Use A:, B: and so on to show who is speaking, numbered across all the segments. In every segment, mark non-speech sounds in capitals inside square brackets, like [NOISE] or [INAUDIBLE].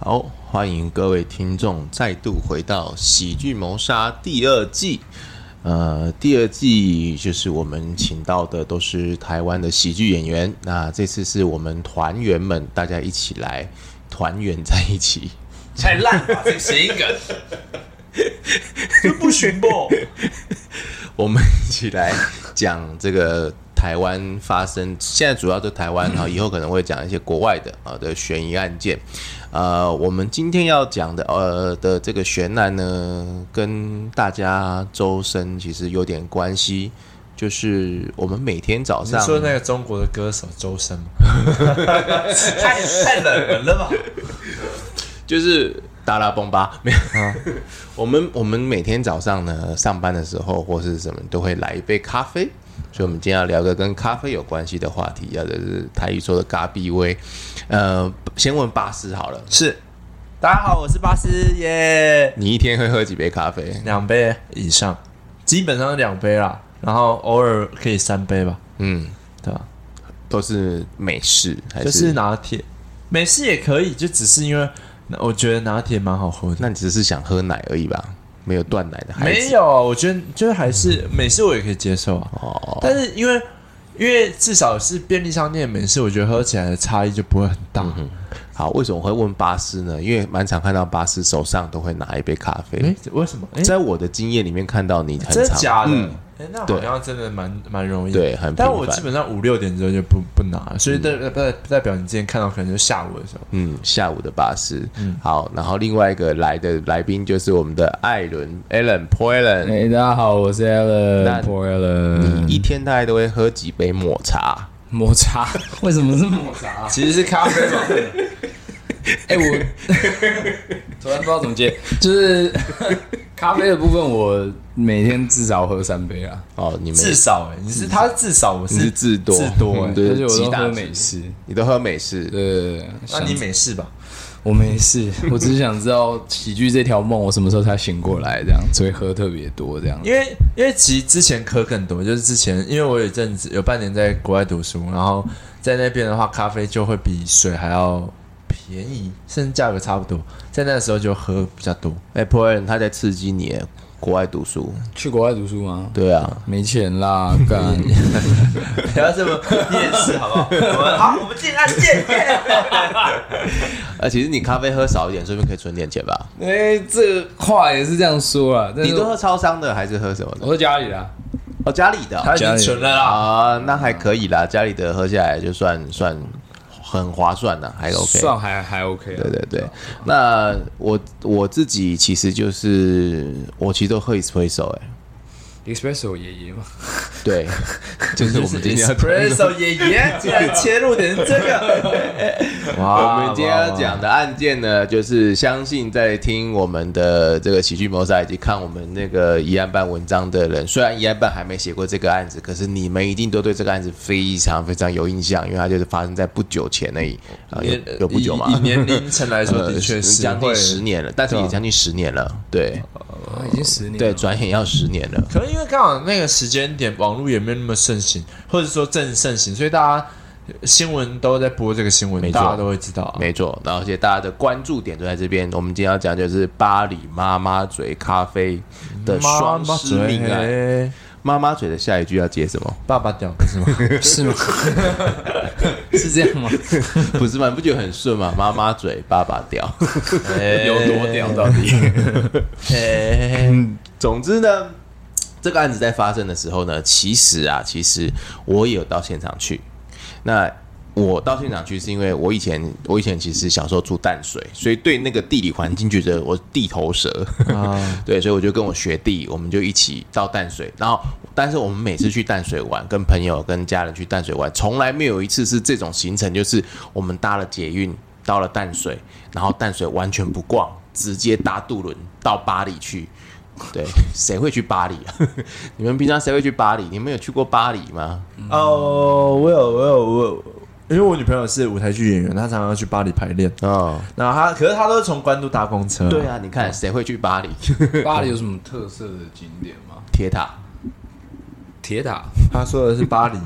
A: 好，欢迎各位听众再度回到《喜剧谋杀》第二季。呃，第二季就是我们请到的都是台湾的喜剧演员，那这次是我们团员们大家一起来团圆在一起。
B: 太烂了，这谐音梗，这不行不？
A: [LAUGHS] 我们一起来讲这个台湾发生，现在主要就台湾
C: [LAUGHS]
A: 哈，以后可能会讲一些国外的啊的悬疑案件。呃，我们今天要讲的呃的这个悬案呢，跟大家周身其实有点关系，就是我们每天早
C: 你
A: 上
C: 说那个中国的歌手周深吗？
B: [LAUGHS] 太太冷门了吧？
A: 就是达拉崩吧，没有。
C: 啊
A: [LAUGHS] 我们我们每天早上呢，上班的时候或是什么，都会来一杯咖啡。所以，我们今天要聊个跟咖啡有关系的话题，要的是台语说的咖啡味。呃，先问巴斯好了，
C: 是
B: 大家好，我是巴斯耶。
A: 你一天会喝几杯咖啡？
C: 两杯以上，基本上是两杯啦，然后偶尔可以三杯吧，
A: 嗯，
C: 对吧？
A: 都是美式还？
C: 就是是拿铁，美式也可以，就只是因为我觉得拿铁蛮好喝的。
A: 那你只是想喝奶而已吧？没有断奶的孩子。
C: 没
B: 啊
C: 有，我觉得就是还是美式我也可以接受啊，
A: 哦，
C: 但是因为因为至少是便利商店的美式，我觉得喝起来的差异就不会很
B: 嗯
C: 大。
A: 好，为什么会问巴斯呢？因为蛮常看到巴斯手上都会拿一杯咖啡。
C: 哎，为什么？哎，
A: 在我的经验里面看到你很
C: 真的
A: 常
C: 假的？
A: 嗯
C: 哎、那
A: 对
C: 好像真的蛮蛮容易，
A: 对很
C: 但
A: 频
C: 我
A: 繁
C: 基本上五六点之后就不不拿了，所以代代代表你之前看到可能就下午的时候。
A: 嗯，下午的巴士。
D: 嗯
A: 好，然后另外一个来的来宾就是我们的艾伦 Alan p o y l a n
D: 哎、大家好，我是 Alan
A: 那
D: Paul Alan。
A: 一天大概都会喝几杯抹茶。
D: 抹茶？为什么是抹茶？
C: 其实是咖啡嘛，
D: 哎、我 [LAUGHS] 突然不知道怎么接，就是 [LAUGHS] 咖啡的部分，我每天至少喝三杯啊，
A: 哦，你们
C: 至少、哎，你是他是至少我
A: 嗯你是
C: 是，
A: 至多
D: 至多、
A: 嗯
D: 哎
A: 对
D: 而且我
A: 极
D: 都
A: 大
D: 喝
A: 值
D: 美式。
A: 你都喝美式。
D: 对，
C: 那
D: 想
C: 你没事吧？
D: 我没事，我只是想知道喜剧这条梦，我什么时候才醒过来？这样，所以喝特别多，这样。
C: 因为因为其实之前喝更多，就是之前因为我有一阵子有半年在国外读书，然后在那边的话，咖啡就会比水还要便宜，甚至价格差不多，在那时候就喝比较多。
A: 哎 p o y l a n 他在刺激你哎国外读书。
D: 去国外读书吗？，
A: 对啊，
D: 没钱啦，干。
C: 不要这么厌世好不好？我们好，我们进案见见。
A: 啊，其实你咖啡喝少一点，顺便可以存点钱吧。
D: 哎、这话也是这样说啊，但
A: 你
D: 是
A: 都喝超商的还是喝什么
D: 我
A: 的？
D: 喝家里啦。
A: 哦，家里的
C: 他
A: 哦
C: 已经存了啦，
A: 啊，那还可以啦，家里的喝下来就算算很划算呐，还 OK。
D: 算还还 OK 啊。
A: 对对对，那我我自己其实就是我其实都喝 espresso 哎、
D: ，Espresso 爷爷 [LAUGHS] 嘛，
A: 对，就是我们今天要
D: [LAUGHS]
C: espresso 爷爷竟然切入点是这个，
D: [LAUGHS]
A: 我们今天要讲的案件呢，就是相信在听我们的这个喜剧谋杀以及看我们那个疑案办文章的人，虽然疑案办还没写过这个案子，可是你们一定都对这个案子非常非常有印象，因为它就是发生在不久前而已，啊、有
C: 年
A: 有不久嘛
C: 以以，年龄层来说，
A: [LAUGHS] 呃
C: 的确是
A: 将近
C: 会
A: 十。年了，但是也将近十年了，对
D: 啊，已经十年了
A: 对，转眼要十年了。
C: 可能因为刚好那个时间点，网络也没有那么盛行，或者说正盛行，所以大家新闻都在播这个新闻
A: 没，错
C: 大家都会知道啊。
A: 没错，然后而且大家的关注点都在这边。我们今天要讲就是巴黎妈妈嘴咖啡的
C: 妈
A: 双啊
C: 妈哎
A: 尸命案。
C: 嘴，
A: 妈妈嘴的下一句要接什
C: [LAUGHS]
A: 么？
C: 爸爸屌不是
A: [LAUGHS]
C: 吗？
D: 是吗？是这样吗？
A: 不是吗？你不觉得很顺吗？妈妈嘴，爸爸屌。
C: 哎
D: 有多屌到
C: [LAUGHS]
D: 底？
A: 嗯总之呢，这个案子在发生的时候呢，其实啊，其实我也有到现场去。那我到现场去是因为我以前，我以前其实小时候住淡水，所以对那个地理环境觉得我是地头蛇。
C: 啊，
A: [LAUGHS] 对，所以我就跟我学弟，我们就一起到淡水。然后，但是我们每次去淡水玩，跟朋友、跟家人去淡水玩，从来没有一次是这种行程，就是我们搭了捷运到了淡水，然后淡水完全不逛，直接搭渡轮到巴黎去。对，谁会去巴黎啊？ [LAUGHS] 你们平常谁会去巴黎？你们有去过巴黎吗？
C: 哦，我有，我有，我有，因为我女朋友是舞台剧演员，她常常要去巴黎排练，
A: 哦，
C: 然后她，可是她都是从关渡搭公车。
A: 对，啊，你看谁会去巴黎？ [LAUGHS]
D: 巴黎有什么特色的景点吗？
A: 铁塔。
D: 铁塔，
C: 她说的是巴黎，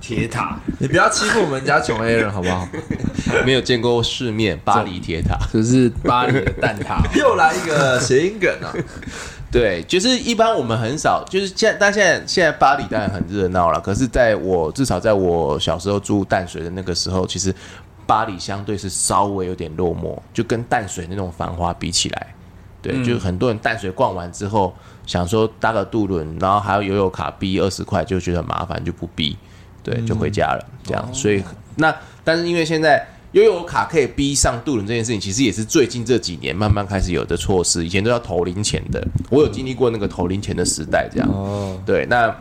D: 铁塔，
C: 你不要欺负我们家穷 A 人好不
A: [LAUGHS]
C: 好？
A: 没有见过世面，巴黎铁塔。
D: 就是巴黎的蛋挞。
C: [LAUGHS] 又来一个谐音梗啊！
A: 对，就是一般我们很少，就是现在，但现在现在巴黎当然很热闹了。可是，在我至少在我小时候住淡水的那个时候，其实巴黎相对是稍微有点落寞，就跟淡水那种繁华比起来，对，就是很多人淡水逛完之后，想说搭个渡轮，然后还要悠游卡逼二十块，就觉得很麻烦，就不逼，对，就回家了。这样，所以那但是因为现在。悠游卡可以逼上渡轮这件事情，其实也是最近这几年慢慢开始有的措施。以前都要投零钱的，我有经历过那个投零钱的时代，这样。
C: 哦，
A: 对，那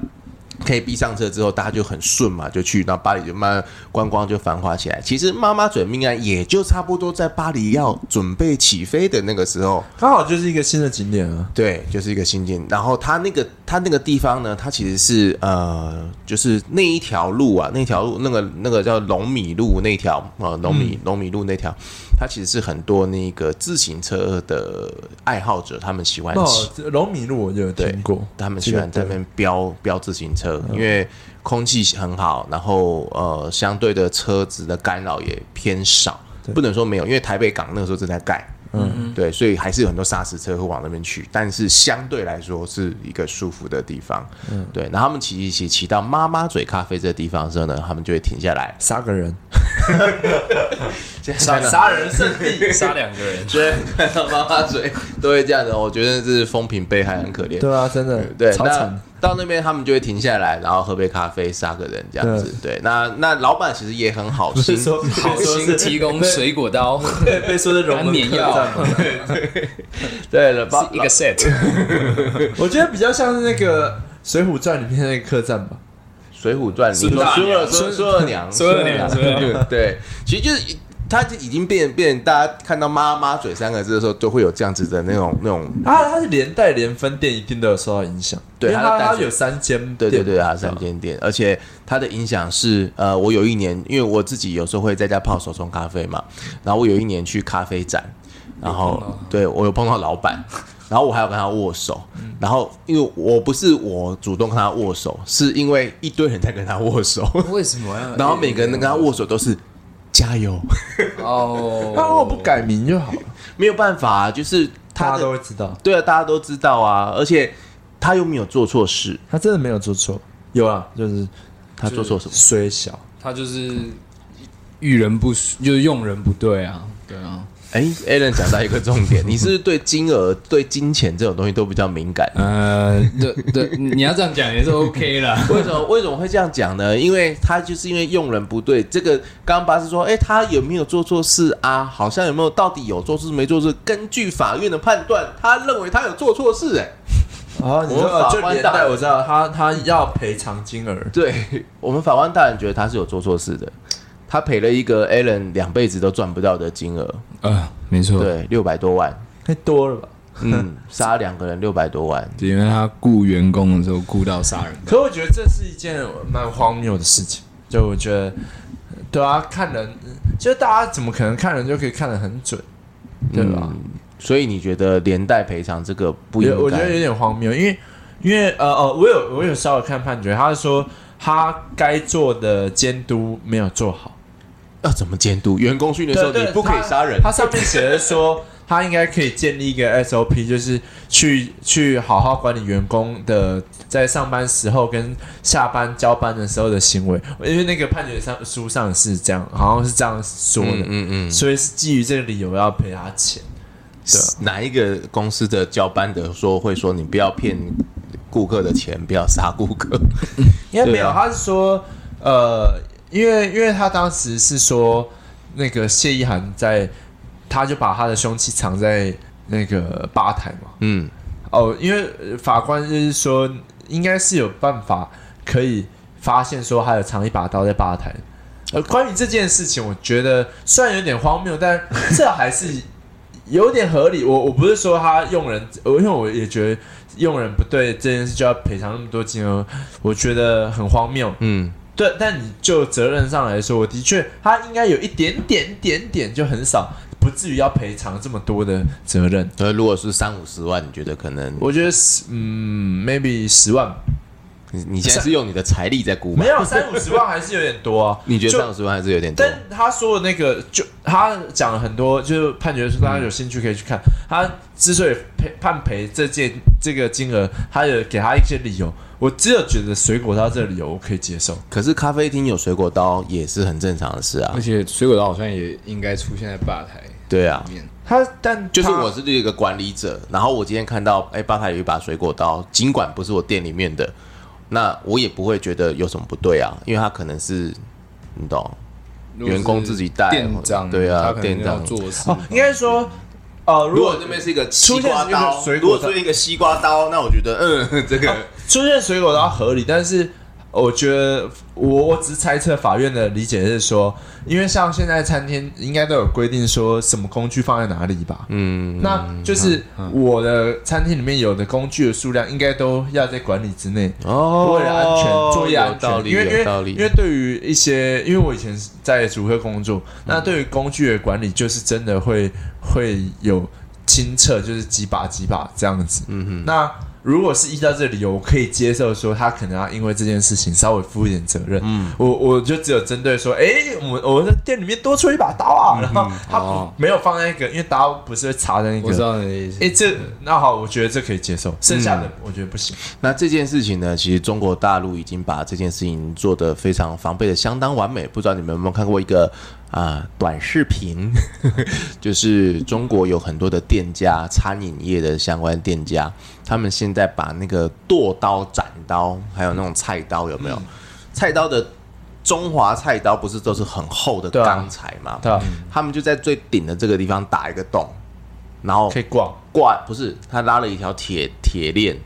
A: 可以逼上车之后，大家就很顺嘛，就去，然后巴黎就慢慢观光就繁华起来。其实妈妈准命案也就差不多在巴黎要准备起飞的那个时候，
C: 刚好就是一个新的景点啊。
A: 对，就是一个新建。然后它那个它那个地方呢，它其实是呃，就是那一条路啊，那条路那个那个叫龙米路那条啊，龙米龙米路那条，它其实是很多那个自行车的爱好者他们喜欢骑
C: 哦，，这龙米路我就有听过，
A: 他们
C: 这
A: 喜
C: 个
A: 欢在那
C: 对
A: 边
C: 嗯
A: 飙飙自行车，因为空气很好，然后呃，相对的车子的干扰也偏少，不能说没有，因为台北港那个时候正在盖，嗯，对，所以还是有很多砂石车会往那边去，但是相对来说是一个舒服的地方，嗯，对。然后他们骑一骑骑到妈妈嘴咖啡这个地方的时候呢，他们就会停下来，
C: 杀个人，
D: 杀杀人圣地， [LAUGHS] 杀两个
C: [LAUGHS]
D: 人。
A: 对，看到妈妈 [LAUGHS] 嘴都会这样子，我觉得是风评被害，很可怜。
C: 对啊，真的，
A: 对，
C: 超
A: 那
C: 惨。
A: 到那边他们就会停下来，然后喝杯咖啡，杀个人这样子。对，那那老板其实也很好心，
D: 好心提供水果刀，
C: 被 [LAUGHS] 被说是龙门
D: 安眠药
C: 客栈 [LAUGHS] 嘛
A: 对了，老
D: 一个 set。
C: 我觉得比较像是那个《水浒传》里面那个客栈吧。
A: 水浒传》里
D: 孙
A: 面
D: 大
A: 说
D: 娘
A: 了说说了娘，
D: 孙二娘
A: 孙二娘对，其实就是。他就已经变变，大家看到“妈妈嘴”三个字的时候，都会有这样子的那种那种，
C: 啊，它是连带连分店一定都有受到影响，
A: 对
C: 因为
A: 它
C: 它
A: 的淡
C: 它
A: 水
C: 有三间店，
A: 对对对啊，三间店，而且它的影响是，呃，我有一年，因为我自己有时候会在家泡手冲咖啡嘛，然后我有一年去咖啡展，然后对我有碰到老 [LAUGHS] 板，然后我还有跟他握手，然后因为我不是我主动跟他握手，是因为一堆人在跟他握 [LAUGHS] 手，
D: 为什么要？
A: 然后每个人跟他握手都是加油， [LAUGHS]
D: 哦，
C: 它如果不改名就好了，
A: 没有办法、啊就是
C: 大
A: 他
C: 家都
A: 的
C: 会知道，
A: 对啊，大家都知道啊，而且他又没有做错事，
C: 他真的没有做错，有啊，就是
A: 他做错什么？
C: 虽小，
D: 他就是遇人不淑，就是用人不对啊，对啊，
A: 哎，Alan 讲到一个重 [LAUGHS] 点，你是不是对金额、对金钱这种东西都比较敏感？
D: 呃，对对，你要这样讲也是 OK 啦。
A: 为什么为什么会这样讲呢？因为他就是因为用人不对。这个刚刚巴斯说，哎，他有没有做错事啊？好像有没有到底有做事没做事？根据法院的判断，他认为他有做错事。哎，
C: 哦，你
A: 我
C: 知
A: 们
C: 道
A: 法
C: 就
A: 官
C: 连
A: 大
C: 带
A: 人
C: 我知道他他要赔偿金额，
A: 对我们法官大人觉得他是有做错事的，他赔了一个 Alan 两辈子都赚不到的金额，
D: [LAUGHS] 呃，没错，
A: 对，六百多万。
C: 太多了吧？
A: 嗯，杀两个人六百多万，
D: 因为他雇员工的时候雇到杀人，
C: 可我觉得这是一件蛮荒谬的事情，就我觉得，对啊，看人，就是大家怎么可能看人就可以看得很准，对吧？
A: 所以你觉得连带赔偿这个不应
C: 有
A: 该？
C: 我觉得有点荒谬，因为因为呃呃，我有我有稍微看判决，他是说他该做的监督没有做好。
A: 要怎么监督？员工训练的时候
C: 对
A: 你
C: 对
A: 不可以
C: 他
A: 杀人
C: 他上面写的说，他应该可以建立一个 SOP，就是去去好好管理员工的在上班时候跟下班交班的时候的行为，因为那个判决上书上是这样，好像是这样说的，
A: 嗯嗯，
C: 所以是基于这个理由要赔他钱。
A: 是哪一个公司的交班的说会说你不要骗顾客的钱，不要杀顾客？
C: 应该没有，
A: 对啊
C: 他是说，呃，因为因为他当时是说，那个谢依涵在，他就把他的凶器藏在那个吧台嘛。
A: 嗯，
C: 哦，因为呃法官就是说，应该是有办法可以发现说他有藏一把刀在吧台。呃，关于这件事情，我觉得虽然有点荒谬，但这还是有点合理。我我不是说他用人，呃因为我也觉得用人不对这件事就要赔偿那么多金额，我觉得很荒谬。
A: 嗯，
C: 对，但你就责任上来说，我的确他应该有一点点点点就很少，不至于要赔偿这么多的责任。
A: 呃那如果是三五十万，你觉得可能
C: 我觉得是，嗯，maybe 十万，
A: 你你现在是用你的财力在估吗
C: 没？有三五十万还是有点多啊。
A: 你觉得
C: 就
A: 三十万还是有点多？
C: 但他说的那个，就他讲了很多，就是判决书，大家有兴趣可以去看。他之所以赔判赔这件这个金额，他有给他一些理由。我只有觉得水果刀这个理由我可以接受，
A: 可是咖啡厅有水果刀也是很正常的事啊
D: 而。且水果刀好像也应该出现在吧台
A: 对啊
D: 里，面。
C: 他但
A: 就是
C: 他
A: 我是一个管理者，然后我今天看到哎吧台有一把水果刀，尽管不是我店里面的，那我也不会觉得有什么不对啊，因为他可能是你懂
D: 如果是
A: 员工自己带
D: 店长
A: 对啊
D: 他可能
A: 店长
D: 要做事
C: 哦，应该说，呃，如
A: 如果
C: 果
A: 这边是一个
C: 出
A: 西
C: 现这
A: 瓜
C: 个
A: 刀，
C: 水
A: 如果
C: 果刀
A: 出现一个西瓜刀，那我觉得，嗯，这个、
C: 出现水果刀合理，但是我觉得我我只是猜测法院的理解是说，因为像现在餐厅应该都有规定说什么工具放在哪里吧，嗯，那就是我的餐厅里面有的工具的数量应该都要在管理之内。
A: 哦
C: 为了安全，作业
A: 有
C: 安
A: 道
C: 全，
A: 理，
C: 因为因
A: 有道
C: 为
A: 理，
C: 因为对于一些，因为我以前是在主科工作，那对于工具的管理，就是真的会会有清澈，就是几把几把这样子。嗯哼，那如果是依照这个理由，我可以接受说他可能要因为这件事情稍微负一点责任。嗯，我我就只有针对说，诶，我我的店里面多出一把刀啊，然后他不、
D: 哦
C: 没有放在那个，因为刀不是会插在那
D: 我知
C: 个。
D: 道你的意思。
C: 诶，这那好，我觉得这可以接受，剩下的我觉得不行。
A: 那这件事情呢，其实中国大陆已经把这件事情做得非常防备的相当完美。不知道你们有没有看过一个啊、呃短视频， [LAUGHS] 就是中国有很多的店家，餐饮业的相关店家，他们现在把那个剁刀、斩刀，还有那种菜刀，有没
C: 嗯
A: 有？菜刀的中华菜刀不是都是很厚的
C: 对啊
A: 钢材吗？
C: 对啊
A: 他们就在最顶的这个地方打一个洞，然后
C: 可以逛，
A: 挂不是，他拉了一条铁铁链，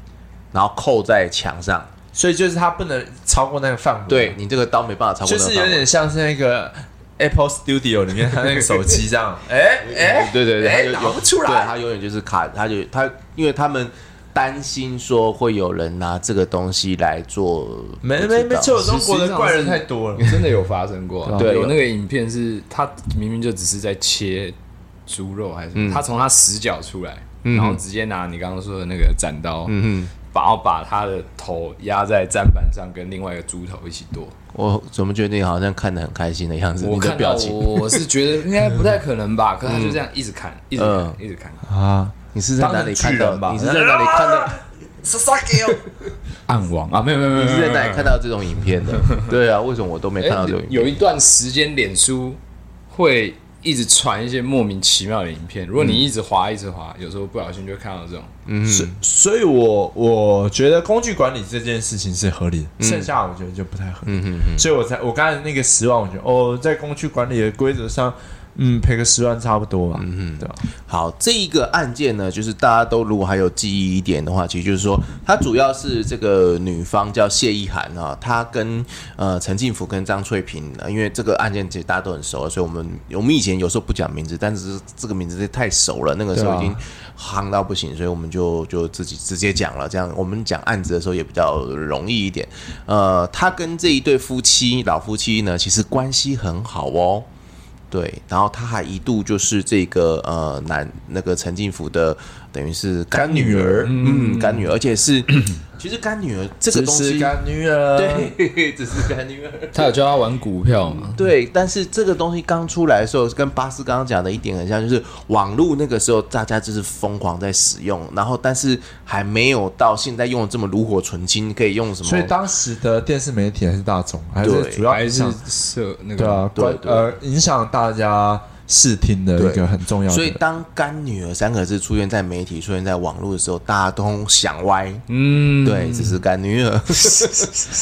A: 然后扣在墙上。
C: 所以就是它不能超过那个范围。
A: 对你这个刀没办法超过
C: 就
A: 那个
C: 是
A: 范围，
C: 有点像是那个 Apple Studio 里面它那个手机这样，哎哎，
A: 对对对，
C: 哎
A: 他就
C: 拿
A: 有
C: 不出
A: 对他
C: 来，
A: 永远就是卡，他就他，因为他们担心说会有人拿这个东西来做，
C: 没
A: 不知
C: 没
A: 道
C: 没错，中国的怪人太多了。
D: [LAUGHS] 真的有发生过、啊。
A: 对啊
D: 有那个影片是他明明就只是在切猪肉还是
A: 嗯
D: 什么，他从他死角出来，然后直接拿你刚刚说的那个斩刀，嗯然后把他的头压在砧板上，跟另外一个猪头一起剁。
A: 我怎么觉得你好像看得很开心的样子？
D: 我
A: 你的
D: 看到
A: 表情，
D: 我我是觉得应该不太可
A: [LAUGHS]
D: 能吧，可是他就这样一直砍，一直
A: 嗯
D: 砍，一直砍，
C: 啊，
A: 你是在哪里看到
C: 当成巨人吧？
A: 你是在哪里看到？
D: 暗网啊，没有没有没有，
A: 你是在哪
D: 没
A: 里看到这种影片的？对啊，为什么我都没看到这
D: 有
A: 种影片？
D: 有一段时间脸书会一直传一些莫名其妙的影片，如果
A: 嗯
D: 你一直滑一直滑，有时候不小心就会看到这种。
C: 所所以我，我觉得工具管理这件事情是合理的，剩下我觉得就不太合理。所以我才我刚才那个十万，我觉得哦，在工具管理的规则上，嗯，赔个十万差不多吧。嗯对吧？
A: 好，这一个案件呢，就是大家都如果还有记忆一点的话，其实就是说，它主要是这个女方叫谢依涵啊，她跟呃陈进福跟张翠萍、呃因为这个案件其实大家都很熟了，所以我们我们以前有时候不讲名字，但是这个名字太熟了，那个时候已经夯到不行，所以我们就就自己直接讲了，这样我们讲案子的时候也比较容易一点。呃，她跟这一对夫妻老夫妻呢，其实关系很好哦。对，然后她还一度就是这个呃男那个陈进福的等于是干女儿，嗯，干女儿，而且是 [CLEARS THROAT] 其实干女儿这个
C: 只
A: 东
C: 是
A: 西，
C: 干女儿，
A: 对， [LAUGHS] 只是干女儿，
D: 他有教他玩股票吗？
A: 对，但是这个东西刚出来的时候，跟巴斯刚刚讲的一点很像，就是网络那个时候大家就是疯狂在使用，然后但是还没有到现在用的这么炉火纯青，可以用什么？
C: 所以当时的电视媒体还是大众，还是
A: 对
C: 主要
D: 还
C: 影
D: 是
C: 响
D: 设那
C: 啊对
D: 个
C: 啊，关
A: 对
C: 呃影响大家视听的一
A: 对
C: 个很重要的。
A: 所以当“干女儿”三个字出现在媒体、出现在网络的时候，大家都想歪，
D: 嗯，
C: 啊
A: 对，只是干女
D: [LAUGHS]
A: 儿，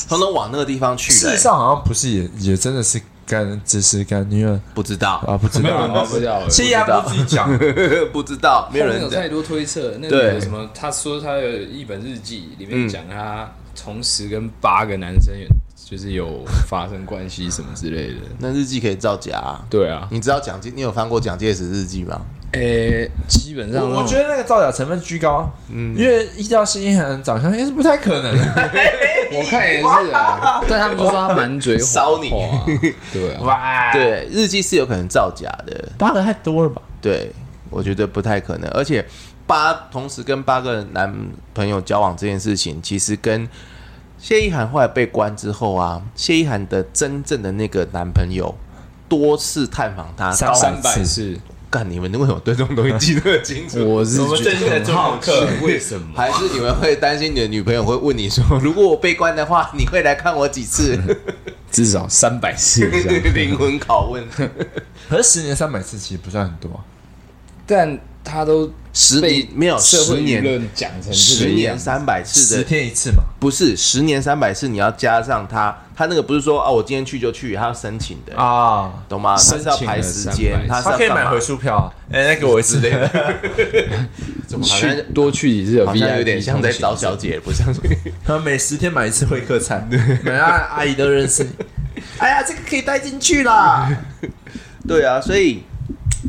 A: 通通往那个地方去
C: 事
A: 了、
C: 实上好像不是也也真的是干只是干女儿
A: 欸不知道，
C: 啊，不知
D: 没有
C: 道
D: 人知道了。
C: 谢安都自己讲，
A: [LAUGHS] 不知道，没有
D: 后面
A: 人
D: 有
A: 讲
D: 太多推测，那
A: 对
D: 个有什么？他说他有一本日记，里面讲他同时跟八个男生有就是有发生关系什么之类的。
A: 那日记可以造假、啊。
D: 对啊，
C: 嗯
A: 你知道蒋介，你有翻过蒋介石日记吗？
D: 诶、基本上哦
C: 我我觉得那个造假成分居高，因为依照新一涵长相也是不太可能。
D: 我看也是
C: [LAUGHS]
D: 啊，但他们就说他满嘴谎话
A: 烧你
D: 啊，对啊，
C: 哇，，
A: 对，日记是有可能造假的。
C: 八个太多了吧？
A: 对，我觉得不太可能。而且八同时跟八个男朋友交往这件事情，其实跟谢依涵后来被关之后啊，谢依涵的真正的那个男朋友多次探访她，
C: 三
A: 到
D: 三百次，
A: 干你们为什么对这种东西记得很清 [LAUGHS] 楚？
C: 我是
B: 我们
C: 觉
B: 最
C: 得
B: 近在做功课，为什么？
A: [LAUGHS] 还是你们会担心你的女朋友会问你说，如果我被关的话，你会来看我几次？
D: 至少三百
C: [LAUGHS]
D: 次以上。
A: 灵魂拷问。
C: 可是十年三百次其实不算很多啊、
D: 但他都
A: 十
D: 被
A: 年没有
D: 社
A: 十
D: 会舆
A: 年，
D: 论讲成这
A: 十
D: 个
A: 年
D: 样子，
A: 三百次
C: 十
A: 的
C: 天一次嘛。
A: 不是十年三百次，你要加上他，他那个不是说啊，我今天去就去，他要申请的，
C: 啊，
A: 懂吗？他
D: 申
A: 是
D: 请
A: 要排
D: 了
A: 时
D: 300
A: 间，
D: 次
A: 他是
C: 他
A: 要
C: 可以
A: 干
C: 买
A: 嘛
C: 回数票 [LAUGHS] 啊。哎、那个我之类的。
A: 怎么好像
D: 去多去几次，
A: 好像有点像在
D: 找
A: 找小姐，不像是
C: 他每十天买一次会客餐， [LAUGHS] 每让阿姨都认识你。哎呀，这个可以带进去啦。
A: [LAUGHS] 对啊，所以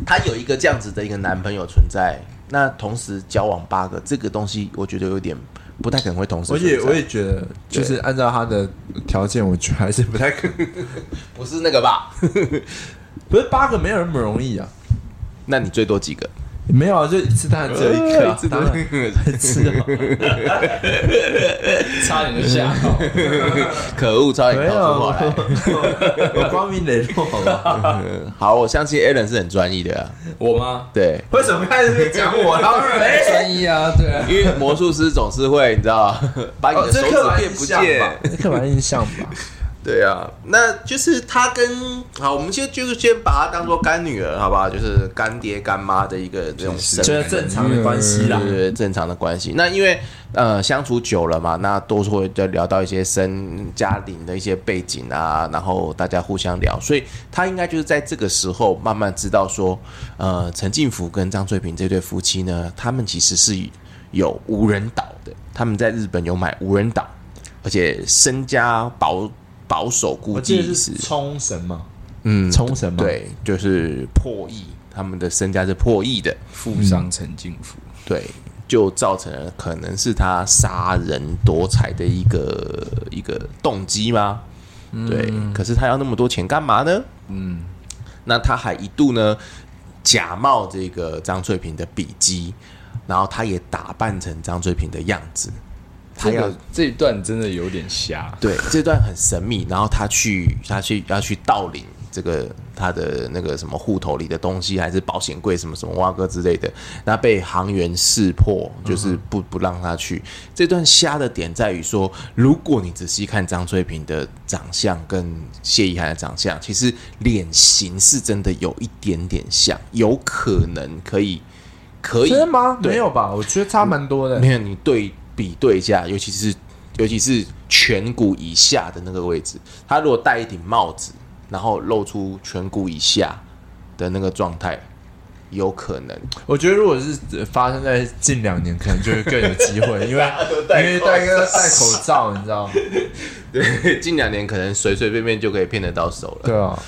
A: 她有一个这样子的一个男朋友存在，那同时交往八个，这个东西我觉得有点不太可能会同时
C: 我
A: 存在。
C: 也我也觉得，就是按照他的条件，我觉得还是不太可 [LAUGHS] 能。
A: 不是那个吧？
C: 不是八个没有那么容易啊。
A: 那你最多几个？
C: 没有啊，就一次当然只有一个、啊，当然一次、啊。
D: 差点就吓
A: [LAUGHS]
D: 到。
A: [LAUGHS] 可恶，差
C: 没
A: 点
C: 有，
A: 搞出话来。
C: 我我光明磊落，好吧？
A: 好，我相信 Alan 是很专一的啊、
D: 我吗？
A: 对，
C: [LAUGHS] 为什么开始在讲我？然后哎，
D: 专一啊，对啊。
A: 因为魔术师总是会，你知道，把你
C: 哦
A: 的手
C: 这
A: 指
C: 刻板
A: 变
C: 印
A: 不
C: 象
A: 见。
C: 吧，这 [LAUGHS] 刻板印象 [LAUGHS] 吧。
A: 对啊，那就是他跟好，我们先就是先把他当做干女儿，好不好？就是干爹干妈的一个这种身份
C: 就是正常的关系啦
A: 对。对对正常的关系。那因为呃相处久了嘛，那都是会再聊到一些生家庭的一些背景啊，然后大家互相聊，所以他应该就是在这个时候慢慢知道说，呃，陈进福跟张翠萍这对夫妻呢，他们其实是有无人岛的，他们在日本有买无人岛，而且身家保保守估
C: 我记
A: 计
C: 得
A: 是
C: 是冲绳嘛，
A: 嗯
C: 冲绳嘛，，
A: 对，就是破亿，他们的身家是破亿的，
D: 富商陈进福，
A: 对，就造成了可能是他杀人夺财的一个一个动机吗？对，
D: 嗯
A: 可是他要那么多钱干嘛呢？嗯，那他还一度呢假冒这个张翠萍的笔迹，然后他也打扮成张翠萍的样子，他
D: 这
A: 要
D: 个这一段真的有点瞎。
A: 对，这段很神秘。然后他去，他去要去盗领这个他的那个什么户头里的东西，还是保险柜什么什么挖哥之类的，那被航员识破，就是
C: 嗯
A: 不不让他去。这段瞎的点在于说，如果你仔细看张翠萍的长相跟谢依涵的长相，其实脸型是真的有一点点像，有可能可以可以
C: 真的吗？
A: 对
C: 没有吧？我觉得差蛮多的。
A: 没有，你对比对一下，尤其是尤其是颧骨以下的那个位置，他如果戴一顶帽子，然后露出颧骨以下的那个状态，有可能。
C: 我觉得如果是呃发生在近两年，可能就会更有机 [LAUGHS] 会，因为因为大哥戴口罩，你知道吗？
A: 对，近两年可能随随便便就可以骗得到手了。
C: [LAUGHS] 对啊，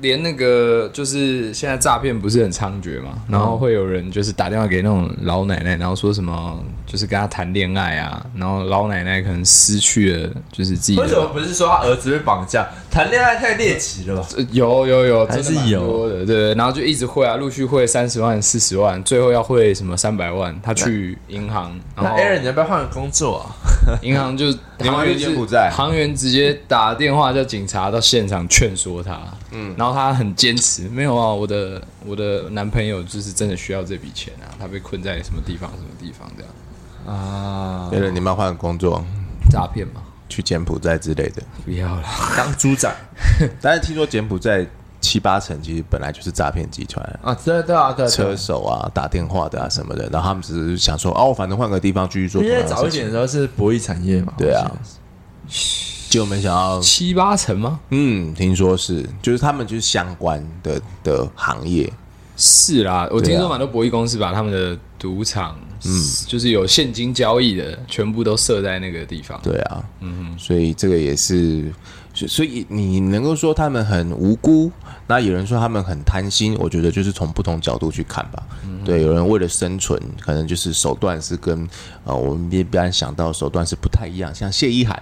D: 连那个就是现在诈骗不是很猖獗嘛，
A: 嗯
D: 然后会有人就是打电话给那种老奶奶，然后说什么就是跟她谈恋爱啊，然后老奶奶可能失去了就是自己
C: 为什么
D: 的。
C: 不是说他儿子被绑架？谈恋爱太猎奇了吧？
D: 呃有有有，
C: 还是
D: 真的蛮
C: 有
D: 多的，对对，然后就一直汇啊，陆续汇三十万、四十万，最后要汇什么三百万，他去银行，然
C: 那
D: 后
C: Aaron，你要不要换个工作啊？
D: 银行
C: [LAUGHS]
D: 就
A: 你们
D: 行员
A: 去
D: 是
A: 柬埔寨
D: 行员直接打电话叫警察到现场劝说他，嗯，然后他很坚持，没有啊，我的我的男朋友就是真的需要这笔钱啊，他被困在什么地方什么地方这样，
C: 啊，
A: 对了，你们要换个工作，
D: 诈骗嘛，
A: 去柬埔寨之类的。
D: 不要啦，
C: 当猪仔
A: 但是听说柬埔寨七八成其实本来就是诈骗集团啊。
C: 啊？对啊对啊对啊，对
A: 车
C: 啊
A: 手啊，打电话的啊什么的，然后他们只是想说，哦，反正换个地方继续做同
C: 因为
A: 样的事情。
C: 早一点的时候是博弈产业嘛。
A: 对啊
C: 我记得
A: 就没想到
D: 七八成吗？
A: 嗯，听说是，就是他们就是相关的的行业，
D: 是啦，我听
A: 对
D: 说
A: 啊
D: 蛮多博弈公司把他们的赌场，嗯，就是有现金交易的，全部都设在那个地方，
A: 对啊，嗯，所以这个也是，所所以你能够说他们很无辜，那有人说他们很贪心，我觉得就是从不同角度去看吧，对，有人为了生存，可能就是手段是跟呃我们一般想到的手段是不太一样，像谢依涵，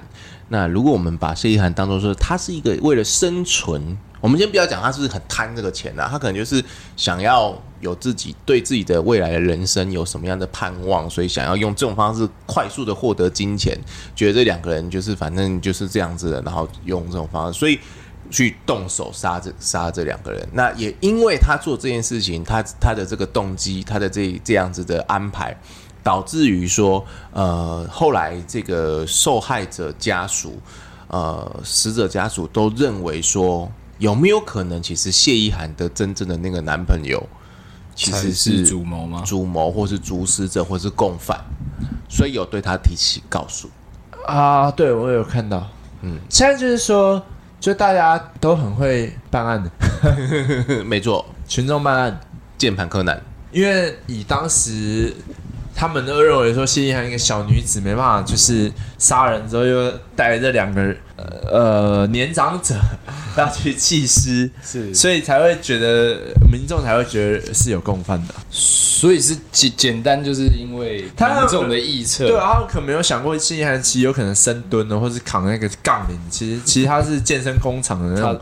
A: 那如果我们把谢依涵当做说她是一个为了生存，我们先不要讲她是不是很贪这个钱啊，她可能就是想要有自己对自己的未来的人生有什么样的盼望，所以想要用这种方式快速的获得金钱，觉得这两个人就是反正就是这样子的，然后用这种方式，所以去动手杀这杀这两个人。那也因为他做这件事情，他他的这个动机，他的这这样子的安排，导致于说，呃，后来这个受害者家属，呃，死者家属都认为说。有没有可能，其实谢依涵的真正的那个男朋友，其实
D: 是主谋吗？
A: 主谋，或是主使者，或是共犯，所以有对他提起告诉。 [LAUGHS]
C: 啊，对我有看到，嗯，现在就是说，就大家都很会办案的，
A: 没错，
C: 群众办案，
A: 键盘柯南，
C: 因为以当时。他们都认为说谢依涵一个小女子没办法，就是杀人之后又带这两个呃呃年长者要去弃尸，
D: 是
C: 所以才会觉得民众才会觉得是有共犯的。
D: 所以是简简单就是因为
C: 他
D: 民众的臆测，
C: 对啊，他们可没有想过谢依涵其实有可能深蹲的，或是扛那个杠铃， [LAUGHS] 其实其实他是健身工厂的那种，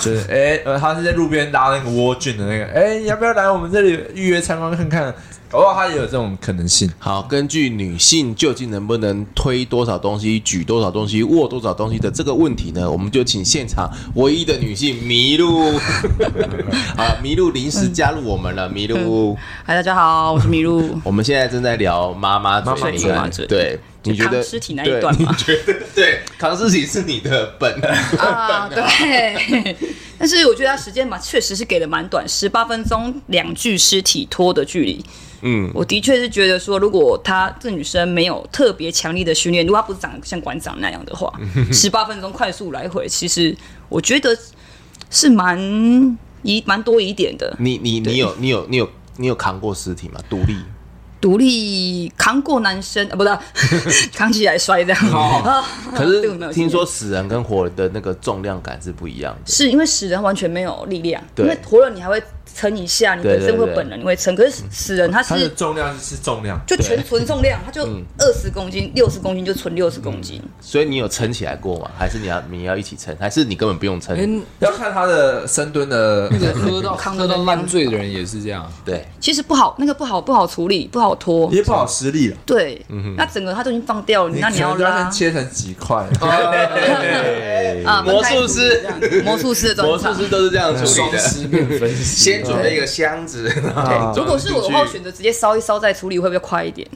C: 就是哎、呃他是在路边拉那个蜗苣的那个，哎、你要不要来我们这里预约参观看看？搞不好他也有这种可能性。
A: 好，根据女性究竟能不能推多少东西、举多少东西、握多少东西的这个问题呢，我们就请现场唯一的女性麋鹿， [LAUGHS] 啊，麋鹿临时加入我们了，麋鹿，
E: 嗨，大家好，我是
A: [LAUGHS]。
E: 麋鹿
A: 我们现在正在聊妈妈
C: 妈妈
A: 嘴，
E: 嘴妈妈嘴
A: 对，你觉得
E: 扛尸体那一段
A: 对
E: 吗
A: 你觉得对，扛尸体是你的
E: [LAUGHS]
A: 本，
E: 啊，对。但是我觉得他时间嘛，确实是给的蛮短，十八分钟两具尸体拖的距离。嗯，我的确是觉得说，如果她这女生没有特别强力的训练，如果她不是长得像馆长那样的
A: [LAUGHS]
E: 话，十八分钟快速来回，其实我觉得是蛮疑蛮多疑点的。
A: 你你你有你有你有你有扛过尸体吗？独立。
E: 独立扛过男生啊，不是 [LAUGHS] 扛起来摔这样。 [LAUGHS] 啊
A: 哦可
E: 对我没有
A: 是听
E: 经验
A: 说死人跟活人的那个重量感是不一样的。
E: 是因为死人完全没有力量，
A: 对
E: 因为活人你还会撑一下，你
A: 对
E: 本
A: 对
E: 身会
A: 对
E: 本能你会撑，可是死人他
C: 它的
E: 是
C: 重量是重量，
E: 就全纯重量，他就
A: 嗯
E: 二十公斤、六十公斤就纯六十公斤，
A: 所以你有撑起来过吗？还是你要你要一起撑？还是你根本不用撑？
E: 嗯
D: 哎，
C: 要看他的深蹲的
D: 那个喝到
E: 扛
D: 喝
E: 得
D: 到
E: 那
D: 烂
E: 样
D: 醉的人也是这样，
A: 对，
E: 其实不好，那个不好不好处理，不好拖。
C: 也不好施力了。
E: 对，
A: 嗯
E: 那整个他都已经放掉了，那你
C: 可能就
E: 拉哦
C: 要先切成几块，
E: 啊？
A: 魔
E: 分开
A: 术
E: 组
A: 师
E: 这样魔术师的
A: 魔
E: 专
A: 术
E: 场。
A: 师都是这样处理的。
D: 尸变分尸，
A: 先准备一个箱子，
C: 啊
E: 如果是我的话，我选择直接烧一烧再处理，会不会快一点？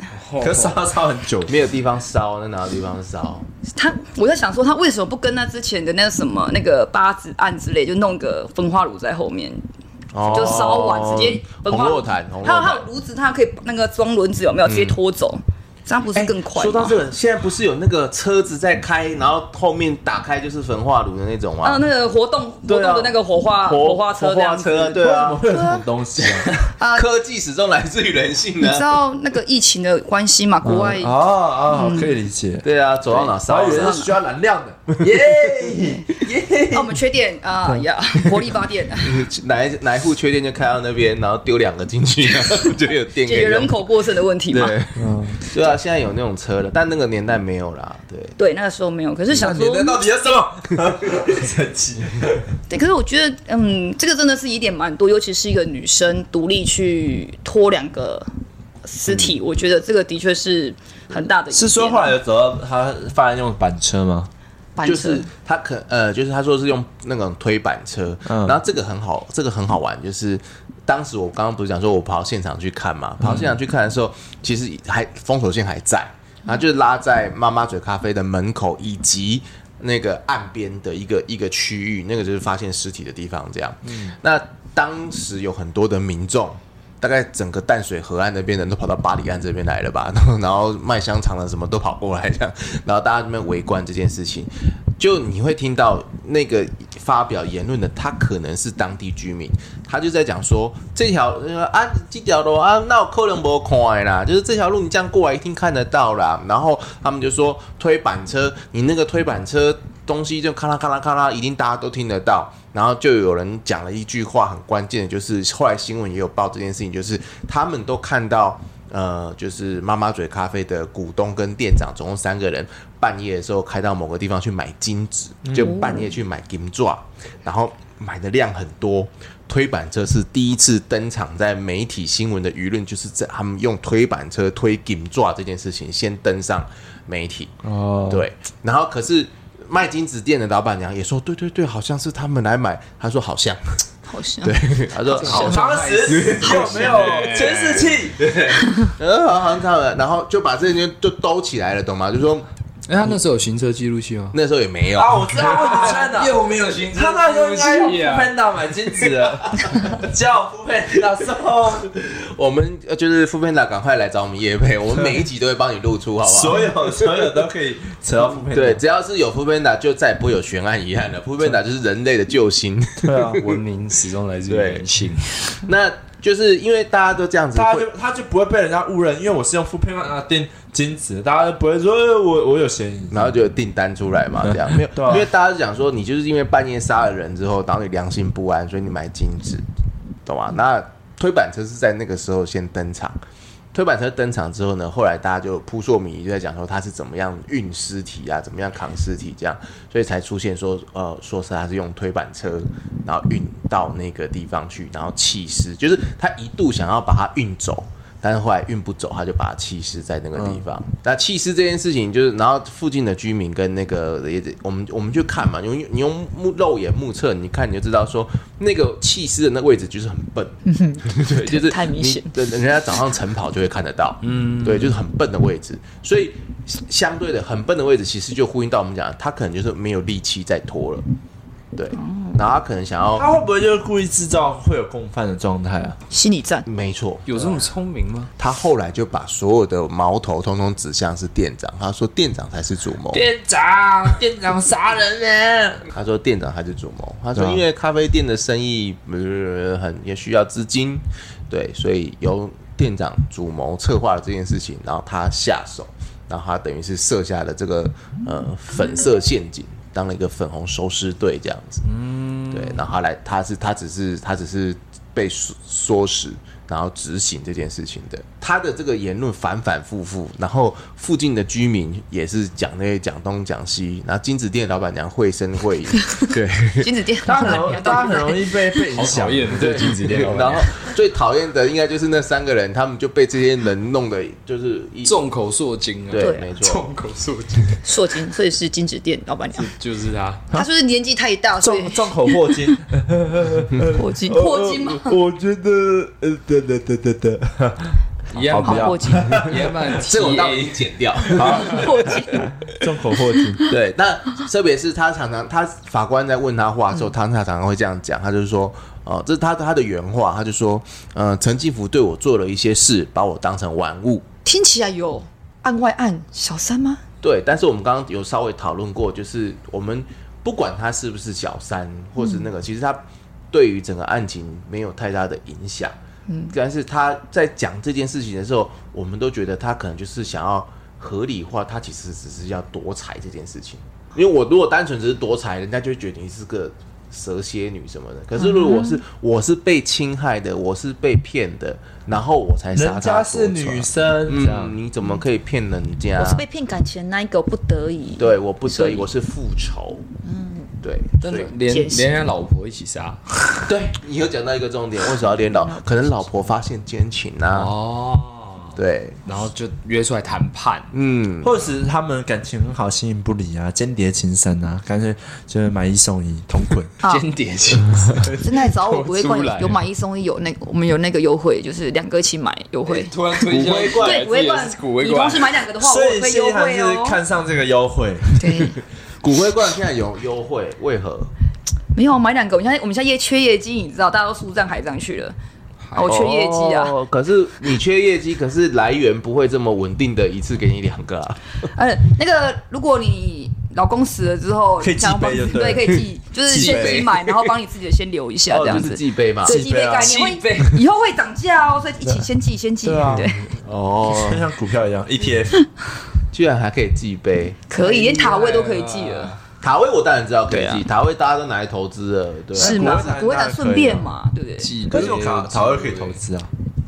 C: 可是烧烧很久。
A: 没有地方烧，那哪有地方烧？
E: 他我在想说，他为什么不跟那之前的那个什么那个八子案之类，就弄个焚化炉在后面，就烧完直接焚
A: 哦红
E: 化
A: 洛坛，红
E: 还有
A: 洛
E: 还
A: 坛
E: 有。炉子，它可以那个装轮子有没有直接拖走？这样不是更
A: 嗯哎
E: 快吗？
A: 说到这个，现在不是有那个车子在开，然后后面打开就是焚化炉的那种吗？
E: 啊，那个活动活
A: 对
E: 动
A: 啊
E: 的那个火化火化车这
A: 火
E: 样
A: 化
E: 子
A: 车，对啊，
C: 会有什么东西啊？
E: 啊
A: 科技始终来自于人性
E: 你
A: 的
E: 知。道那个疫情的关系嘛？国外
A: 嗯
C: 哦
A: 啊
C: 哦，
E: 嗯
C: 可以理解。
A: 对啊，走到哪
C: 然
A: 烧
C: 后
A: 到
C: 也
A: 哪
C: 是。需要燃料的，
E: [LAUGHS] 啊，我们缺电
A: [LAUGHS]
E: 啊呀，火力发电
A: 哪一哪一户缺电就开到那边，然后丢两个进去， [LAUGHS] 就有电
E: 解
A: 给
E: 决人口过剩的问题嘛？
A: 对，对啊，现在有那种车了，但那个年代没有啦。对，
E: 对，那个时候没有，可是想
C: 你
E: 说，
C: 的到底是什么？ [LAUGHS] 神奇，
E: [LAUGHS] 对，可是我觉得，嗯，这个真的是疑点蛮多，尤其是一个女生独立去拖两个尸体，我觉得这个的确是很大的疑点
C: [LAUGHS]
E: 啊。
C: 嗯是说后来有走到他犯案用的板车吗？
E: 板
A: 就
E: 车
A: 是他可呃，就是他说是用那种推板车，
C: 嗯
A: 然后这个很好，这个很好玩，就是。当时我刚刚不是讲说，我跑到现场去看嘛，跑到现场去看的时候，其实还封锁线还在，然后就拉在妈妈嘴咖啡的门口以及那个岸边的一个一个区域，那个就是发现尸体的地方。这样，那当时有很多的民众，大概整个淡水河岸那边的人都跑到巴黎岸这边来了吧， [LAUGHS] 然后然后卖香肠的什么都跑过来这样，然后大家这边围观这件事情，就你会听到那个发表言论的，他可能是当地居民，他就在讲说这条呃啊这条路啊，那我可能不看啦，就是这条路你这样过来一定看得到啦。然后他们就说推板车，你那个推板车东西就咔啦咔啦咔啦，一定大家都听得到。然后就有人讲了一句话，很关键的就是后来新闻也有报这件事情，就是他们都看到。呃，就是妈妈嘴咖啡的股东跟店长，总共三个人，半夜的时候开到某个地方去买金纸，就半夜去买金爪，然后买的量很多。推板车是第一次登场在媒体新闻的舆论，就是在他们用推板车推金抓这件事情先登上媒体。
C: 哦，
A: 对，然后可是卖金子店的老板娘也说，对对对，好像是他们来买。他说好像， [LAUGHS]
E: 好像
A: 对，他说好
C: [LAUGHS]
A: 像
B: 时有没有监视器？
A: 呃，好像他们，然后就把这些就兜起来了，懂吗？就说
D: 哎，他那时候有行车记录器吗？
A: 那时候也没有，
B: 啊，我知道我看的，
D: 又没有行车
B: 他
C: 啊
D: [LAUGHS]
B: 那时候应该用
D: 记录
C: [LAUGHS]
D: 器
B: f
D: 啊
B: a n d a 买金子了，叫 f a n d a 送
A: [LAUGHS] 我们呃就是副片长，赶快来找我们叶配，我们每一集都会帮你露出，好不好？
B: 所有所有都可以扯到
D: [LAUGHS]
B: f a n d
A: 对，只要是有副片长，就再也不会有悬案疑案了。副片长就是人类的救星， [LAUGHS]
D: 对啊，文明始终来自于
A: 对
D: 人性。
A: 那就是因为大家都这样子
C: 大家
A: 会
C: 就。他就不会被人家误认，因为我是用副配方啊钉金子，大家就不会说哎我我有嫌疑。
A: 然后就有订单出来嘛，这样没有，
C: [LAUGHS] 对啊
A: 因为大家就讲说你就是因为半夜杀了人之后，然后你良心不安，所以你买金子，懂吗？那推板车是在那个时候先登场，推板车登场之后呢，后来大家就扑朔迷离，就在讲说他是怎么样运尸体啊，怎么样扛尸体这样，所以才出现说呃，说是他是用推板车，然后运到那个地方去，然后弃尸，就是他一度想要把它运走。但是后来运不走，他就把它弃尸在那个地方。那弃尸这件事情，就是然后附近的居民跟那个也我们我们去看嘛，你用你用目肉眼目测，你看你就知道说那个弃尸的那个位置就是很笨，对，就是
E: 太明
A: 你
E: 显
A: 人人家早上晨跑就会看得到，嗯，对，就是很笨的位置，所以相对的很笨的位置，其实就呼应到我们讲的，他可能就是没有力气再拖了，对，然后他可能想要，
C: 他会不会就是故意制造会有共犯的状态啊？
E: [LAUGHS] 心
C: [LAUGHS]
E: 理战，
A: 没错，
D: 有这么聪明吗？
A: 他后来就把所有的矛头通通指向是店长，他说店长才是主谋，
D: 店长，店长杀人呢？
A: 他说店长还是主谋，他
C: 对
A: 说
C: 啊
A: 因为咖啡店的生意呃很也需要资金，对，所以由店长主谋策划了这件事情，然后他下手，然后他等于是设下了这个呃粉色陷阱，当了一个粉红收尸队这样子，嗯，对，然后他来他是他只是他只是被唆唆使。然后执行这件事情的，他的这个言论反反复复，然后附近的居民也是讲那些讲东讲西，然后金子店老板娘绘声绘影，对，
E: 金子店
C: 大家很容大家很容易被被影
D: 好
C: 响
D: 讨。厌这个金子店老板
A: 然后最讨厌的应该就是那三个人，他们就被这些人弄得就是一
D: 众口铄金啊！
A: 对，
E: 对
A: 没错，
D: 众口铄金
E: 硕金，所以是金子店老板
C: 啊
E: 娘，
D: 就是他。
E: 她就是年纪太大，所以
C: 众众口铄金，
E: 破金 [LAUGHS] 破金吗？
C: 呃我觉得呃，对对对对对，
D: 野
E: [LAUGHS] 好
D: 蛮，
E: 破金，
D: 野蛮
A: 这个我到
D: TA，
A: 底剪 [LAUGHS] 掉。
E: 破金， [LAUGHS]
C: 众口铄金。
A: 对，那特别是他常常，他法官在问他话的时候，他他常常会这样讲，他就说，哦、这是他他的原话，他就说，呃，陈进福对我做了一些事，把我当成玩物。
E: 听起来有案外案小三吗？
A: 对，但是我们刚刚有稍微讨论过，就是我们不管他是不是小三，或是那个，其实他对于整个案情没有太大的影响。嗯，但是他在讲这件事情的时候，我们都觉得他可能就是想要合理化，他其实只是要夺财这件事情。因为我如果单纯只是夺财，人家就会觉得你是个蛇蝎女什么的。可是如果我
E: 嗯
A: 是、我是被侵害的，我是被骗的，然后我才杀他
C: 人家
A: 夺
C: 是
A: 财
C: 女，生，这样
A: 嗯，你怎么可以骗人家？
E: 我
C: 啊
E: 是被骗感情那一个，我不得已。
A: 对，我不
E: 所
A: 得
E: 以
A: 已，我是复仇。嗯，对，
D: 真
A: 所
D: 的
A: 以
D: 连
E: 解释
D: 连人家老婆一起杀
A: 对你有讲到一个重点，为什么要连老？可能老婆发现奸情啊，
D: 哦，
A: 对，
D: 然后就约出来谈判。
A: 嗯，
C: 或者是他们感情很好，形影不离啊，间谍情深啊，干脆就是买一送一，同捆。
E: [LAUGHS] 啊
D: 间谍情
E: 真的来找我不会怪
D: 我出来
E: 你，有买一送一，有那个我们有那个优惠，就是两个一起买优惠。
D: 突然推销
B: 骨灰罐
E: 对，
D: 自
E: 骨灰
D: 己的
E: 罐
D: 是骨，灰
E: 你同
D: 罐
E: 时买两个的话，我
C: 所以
E: 会
C: 谢
E: 优
C: 依涵
E: 惠
C: 是
E: 哦。
C: 看上这个优惠，
E: 对，
A: 骨灰罐现在有优惠，为何？
E: 没有买两个，我们现在我们现在业缺业绩，你知道，大家都速战海战去了，啊我缺业绩啊。
A: 哦可是你缺业绩，可是来源不会这么稳定的，一次给你两个啊。
E: 呃，那个如果你老公死了之后，
C: 可以寄
E: 想要帮
C: 杯就
E: 自己
C: 对
E: 对，可以寄，就是
C: 寄
E: 现
A: 杯
E: 金买，然后帮你自己的先留一下
A: 哦，
E: 这样
A: 就是
E: 子。
A: 寄杯嘛。
E: 对，
C: 寄
E: 寄
C: 杯
E: 杯
C: 啊
E: 概念
D: 寄杯
E: 会以后会涨价哦，所以一起先寄，先寄。
C: 对啊
E: 对，
A: 哦，
C: 就像股票
A: [LAUGHS]
C: 一样，ETF E
A: 居然还可以寄杯。
E: 可以，连塔位都可以寄了。
A: 塔位我当然知道可以
D: 对
A: 寄，塔位大家都拿来投资了，对吧？啊
E: 是
C: 国
E: 吗
C: 外？
E: 国会党顺便嘛，对不对？
D: 记得。
C: 可是我卡卡位可以投资啊，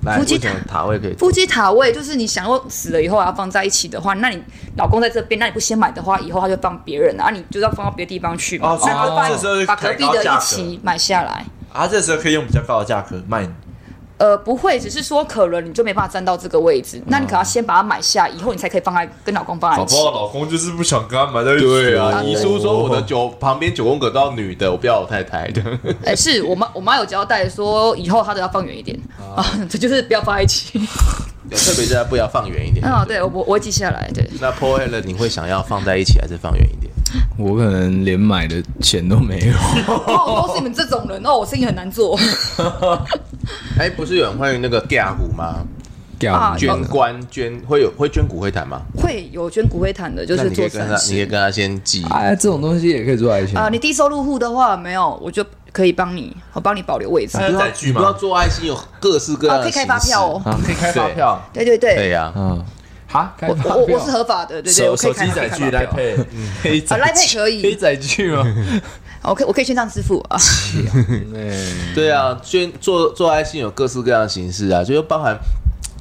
A: 来，
E: 夫妻
A: 为什么塔位可以？
E: 夫妻塔位就是你想要死了以后要放在一起的话，那你老公在这边，那你不先买的话，以后他就放别人了啊，你就要放到别的地方去嘛。
C: 哦所以他
E: 然后把
C: 这时候就
E: 把隔壁
C: 抬高
E: 的
C: 价格
E: 一起买下来。
C: 啊，这时候可以用比较高的价格卖你。
E: 呃，不会，只是说可能你就没办法站到这个位置，那你可能要先把它买下，以后你才可以放在跟老公放在
C: 搞
E: 一起
C: 不。
D: 哦
C: 好老公就是不想跟他买在一起。
A: 对啊，
E: 哦
A: 遗书说我的九旁边九宫格都要女的，我不要我太太 [LAUGHS] 的。
E: 哎、是我妈，我妈有交代说以后她都要放远一点啊， [LAUGHS] 这就是不要放在一起。
A: 有特别在不要放远一点。
E: 哦，对，我我我会记下来。对，
A: [LAUGHS] 那 p o e l 你会想要放在一起还是放远一点？
D: 我可能连买的钱都没有。
E: 哦，都是你们这种人哦，我生意很难做
A: 哎、不是有人会那个尬舞吗？
E: 啊
A: 捐棺捐会有会捐骨灰坛吗？
E: 会有捐骨灰坛的，就
A: 那
E: 是
A: 你可
E: 做
A: 以跟
E: 善
A: 他，你可以
E: 事
A: 跟他先寄。
D: 哎，这种东西也可以做爱情
E: 啊、你低收入户的话，没有，我就可以帮你，我帮你保留位置。
C: 哎
A: 不
C: 有
A: 要
C: 载具吗
A: 不要做爱心，有各式各样的、
E: 啊，可以开发票。哦。
D: 啊，可以开
A: 发
D: 票。
E: 对对对，
A: 对呀、
D: 嗯，好，开
E: 我
D: 发
E: 我
D: 票
E: 我是合法的，对对，
C: 手
E: 我可以
C: 手
E: 开
C: 机载具
E: 来
C: 来配，
D: 黑
E: 啊，
D: 仔
E: 来配可
D: 黑
E: 以，
D: 仔去吗？ [LAUGHS]
E: 我可以我可以线上支付啊。
D: 哎，
A: 对啊，捐做做爱心有各式各样的形式啊，就是包含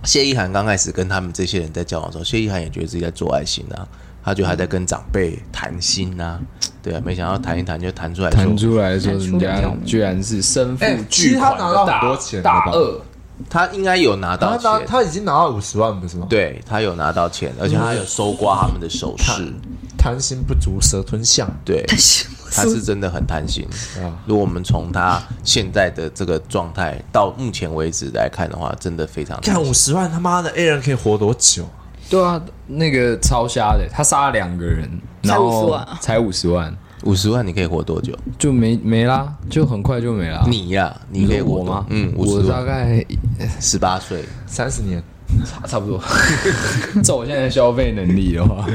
A: 谢依涵刚开始跟他们这些人在交往的时候，谢依涵也觉得自己在做爱心啊，她就还在跟长辈谈心啊，对啊，没想到谈一谈就谈出来说，
D: 弹出来说人
E: 弹出来
D: 家
E: 这种
D: 居然是身负
C: 哎其
D: 巨
C: 实他
D: 款
C: 拿到
D: 的大
C: 很多钱了吧
D: 大二，
A: 她应该有拿
C: 他
A: 到
C: 拿
A: 钱，
C: 啊他已经拿到五十万不是吗？，
A: 对她有拿到钱，而且她有搜刮他们的首饰，
C: 贪心不足蛇吞象。
A: 对，
E: 是
A: 他
E: [LAUGHS]
A: 是真的很贪心
C: 啊。
A: 如果我们从他现在的这个状态到目前为止来看的话，真的非常贪
C: 看五
A: 心。
C: 十万，他妈的 A 人可以活多久啊？
D: 对啊，那个超瞎的，他杀了两个人，
E: 才
D: 然后
E: 50万啊
D: 才五十万，
A: 五十万你可以活多久？
D: 就没没啦，就很快就没啦。
A: 你呀、你可以
D: 说
A: 活
D: 我
A: 多
D: 吗？
A: 嗯，五
D: 我
A: 十
D: 大
A: 万，
D: 概
A: 十八岁，
C: 三十
A: [LAUGHS]
C: 年。
D: 差不多， [LAUGHS] 照我现在的消费能力的话，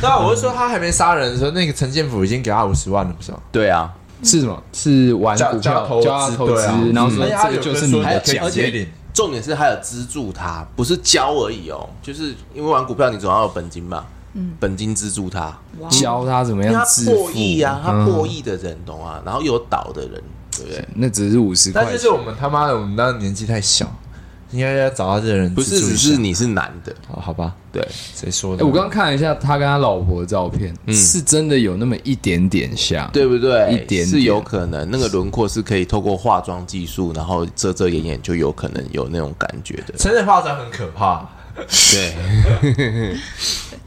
C: 对啊，我是说他还没杀人的时候，那个陈建甫已经给他五十万了，不是吗？
A: 对啊，
D: 是什么？是玩股
C: 加加
D: 票，
C: 投资
D: 教他投
C: 对啊
D: 资，然后说
C: 嗯
D: 这个就是你
C: 还
D: 的
C: 有可以
D: 奖
A: 而
C: 直接
A: 且
C: 领
A: 重点是还有资助他，不是教而已哦，就是因为玩股票你总要有本金嘛，嗯，本金资助他，
D: 教他怎么
A: 因为
D: 样
A: 他
D: 致富
A: 破亿啊，他破亿的人懂啊，然后有倒的人，对不对？
D: 那只是五十块
C: 但
D: 钱，
C: 就是我们他妈的，我们当时年纪太小，应该要找到这个人
A: 不是，
C: 资助一
A: 只
C: 下
A: 是你是男的，
C: 哦，好吧？
A: 对，
C: 谁说
D: 哎、
C: 的？
D: 我刚刚看了一下他跟他老婆的照片，是真的有那么一点点像。
A: 对不对？
D: 一点点
A: 是有可能，那个轮廓是可以透过化妆技术，然后遮遮掩掩，就有可能有那种感觉的。
C: 陈水化妆很可怕，
A: 对，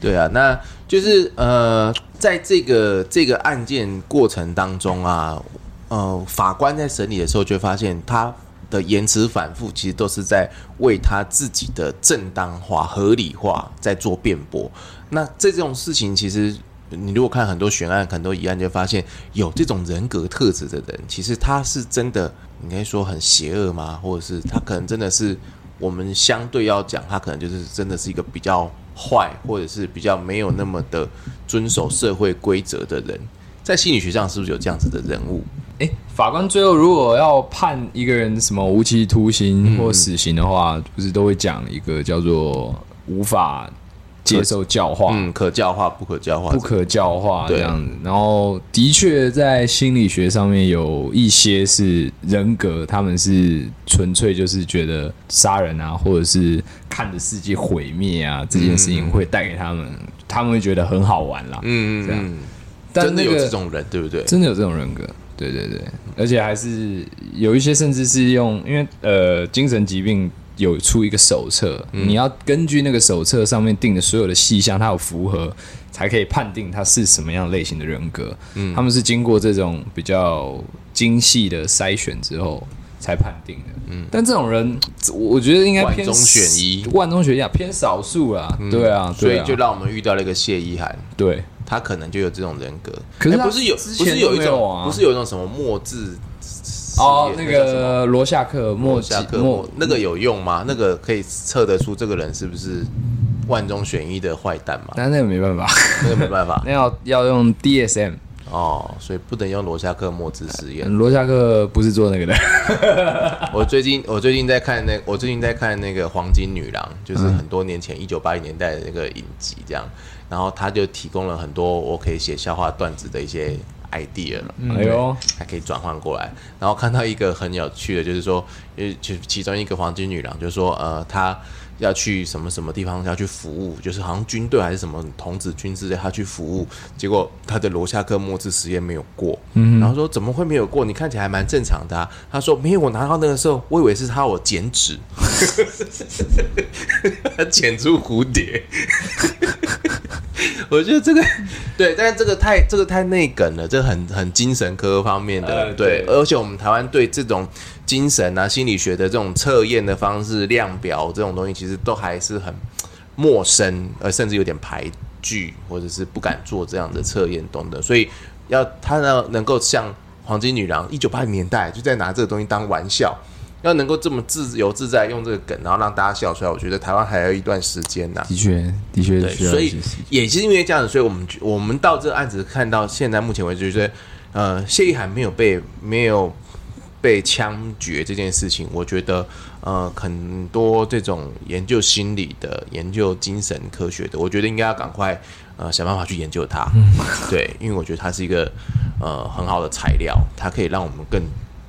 A: [LAUGHS] 对啊，那就是呃，在这个这个案件过程当中啊，呃，法官在审理的时候，就会发现他的言辞反复，其实都是在为他自己的正当化、合理化在做辩驳。那这种事情，其实你如果看很多悬案、很多疑案，就会发现有这种人格特质的人，其实他是真的，你可以说很邪恶吗？或者是他可能真的是我们相对要讲，他可能就是真的是一个比较坏，或者是比较没有那么的遵守社会规则的人。在心理学上是不是有这样子的人嗯物？
D: 哎、法官最后如果要判一个人什么无期徒刑或死刑的话，不是都会讲一个叫做无法接受教化、
A: 嗯，可教化不可教化，
D: 不可教化
A: 对
D: 这样子。然后的确在心理学上面有一些是人格，他们是纯粹就是觉得杀人啊，或者是看着世界毁灭啊这件事情会带给他们，他们会觉得很好玩啦。
A: 嗯，
D: 这样
A: 嗯，
D: 但
A: 真的
D: 那
A: 有
D: 个
A: 这种人，对不对？
D: 真的有这种人格，对对对，而且还是有一些甚至是用，因为呃，精神疾病有出一个手册，
A: 嗯
D: 你要根据那个手册上面定的所有的细项，它有符合，才可以判定他是什么样类型的人格。嗯，他们是经过这种比较精细的筛选之后。才判定的，嗯，但这种人，我我觉得应该
A: 万
D: 偏
A: 中选一嗯
D: 万中选一啊，偏少数啦，对啊，
A: 所
D: 对
A: 以
D: 啊
A: 就让我们遇到了一个谢依涵，
D: 对，
A: 他可能就有这种人格。
D: 可是
A: 哎
D: 他
A: 不是有
D: 之
A: 不
D: 前
A: 是有一
D: 都没
A: 种
D: 有啊
A: 不是有一种什么墨字
D: 哦，
A: 事
D: 那
A: 业叫什么
D: 个罗夏克莫
A: 下
D: 吉
A: 课
D: 莫
A: 莫那个有用吗？那个可以测得出这个人是不是万中选一的坏蛋吗？
D: 那那个没办法，
A: 那个没办法
D: [LAUGHS] 那要要用 DSM。
A: 哦，所以不能用罗夏克墨汁实验。
D: 罗夏克不是做那个的，
A: 我最近我最近在看那我最近在看那个《黄金女郎》，就是很多年前一九八零年代的那个影集这样，然后他就提供了很多我可以写笑话段子的一些 idea 了，
D: 哎呦，
A: 还可以转换过来。然后看到一个很有趣的，就是说，因为其其中一个黄金女郎就说，呃，她要去什么什么地方要去服务，就是好像军队还是什么童子军之类，她去服务，结果她的罗夏克墨汁实验没有过，然后说怎么会没有过？你看起来还蛮正常的、啊。她说没有，我拿到那个时候，我以为是她要我剪纸， [LAUGHS] 她剪出蝴蝶。我觉得这个 [LAUGHS] 对，但是这个太这个太内梗了，这很很精神科方面的、
D: 呃
A: 对，
D: 对
A: 而且我们台湾对这种精神啊心理学的这种测验的方式、量表这种东西，其实都还是很陌生，呃，甚至有点排拒，或者是不敢做这样的测验等等，所以要他呢能够像黄金女郎一九八零年代就在拿这个东西当玩笑。要能够这么自由自在用这个梗，然后让大家笑出来，我觉得台湾还要一段时间呐、
D: 的确，的确
A: 对，
D: 需要
A: 所
D: 一
A: 以
D: 些时间
A: 也是因为这样子，所以我们我们到这个案子看到现在目前为止，就是呃，谢意涵没有被没有被枪决这件事情，我觉得呃，很多这种研究心理的、研究精神科学的，我觉得应该要赶快呃想办法去研究它。对，因为我觉得它是一个呃很好的材料，它可以让我们更。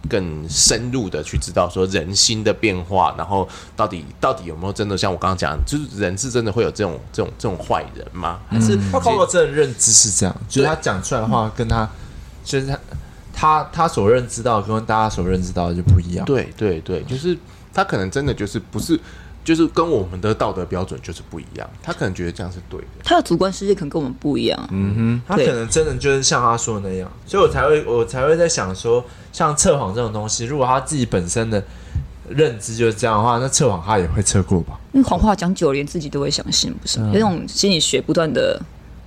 A: 更深入的去知道说人心的变化，然后到底到底有没有真的像我刚刚讲，就是人是真的会有这种这种这种坏人吗？还是
C: 他 Coco 真的认知是这样，就是他讲出来的话跟他，就是他他他所认知到的跟大家所认知到的就不一样。
A: 对对对，就是他可能真的就是不是，就是跟我们的道德标准就是不一样，他可能觉得这样是对的。
E: 他的主观世界可能跟我们不一样。
C: 嗯他可能真的就是像他说的那样，所以我才会我才会在想说，像测谎这种东西，如果他自己本身的认知就是这样的话，那测谎他也会测过吧？
E: 因为谎话讲久了，连自己都会相信，不是吗？有一种心理学不断的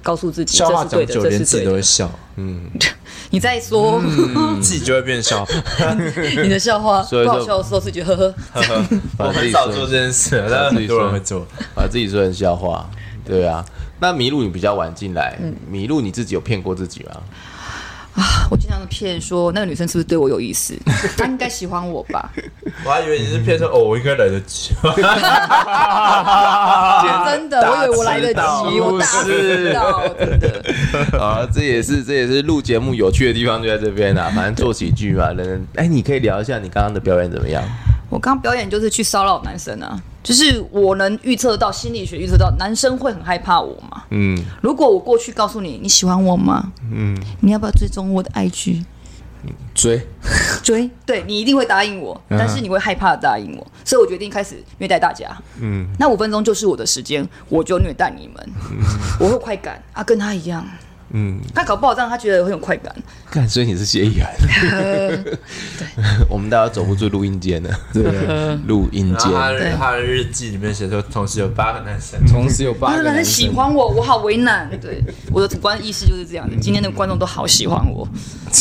E: 告诉自己，
C: 嗯笑
E: 这
C: 话
E: 是对
C: 讲
E: 的，
C: 久，
E: 这
C: 连
E: 是
C: 自己
E: 对
C: 都会嗯
E: 的。
C: 笑，
E: 你在说
C: 自己就会变笑。
E: [LAUGHS] 你的
C: [LAUGHS]
E: 笑话
A: 所以
E: 不
A: 说
E: 好笑的时候，自己呵呵。 [LAUGHS]
A: 把
C: 我
A: 自
C: 很
A: 己
C: 少做
A: 说
C: 这件事，但很多人会做。
A: 把自己说成笑话，对啊。那麋鹿你比较晚进来，麋鹿你自己有骗过自己吗？ [LAUGHS]
E: 我经常骗说那个女生是不是对我有意思？她应该喜欢我吧？
C: 我还以为你是骗说哦，我应该来得及。
E: [LAUGHS] 真的，我以为我来得及，我大知 [LAUGHS] 道，真的。
A: 啊，这也是这也是录节目有趣的地方就在这边啦、反正做喜剧嘛，人人哎，你可以聊一下你刚刚的表演怎么样？
E: 我刚表演就是去骚扰男生啊，就是我能预测到心理学预测到男生会很害怕我嘛。
A: 嗯，
E: 如果我过去告诉你你喜欢我吗？嗯，你要不要追踪我的 IG？
C: 追，
E: 追，对你一定会答应我，但是你会害怕地答应我，所以我决定开始虐待大家。嗯，那五分钟就是我的时间，我就虐待你们，我会有快感啊，跟他一样。嗯，他搞不好让他觉得很有快感，
A: 看，所以你是谢意涵。我们大家走不出录音间了。对，录音
C: 然后
A: 间。
C: 他的他的日记里面写说，同时有八个男生。
D: 同时有八
A: [LAUGHS]
E: 啊，
D: 个
E: 男
D: 男
E: 生
D: 生
E: 喜，欢我，我好为难。对，我的主观意识就是这
D: 嗯
E: 样的。今天的观众都好喜欢我，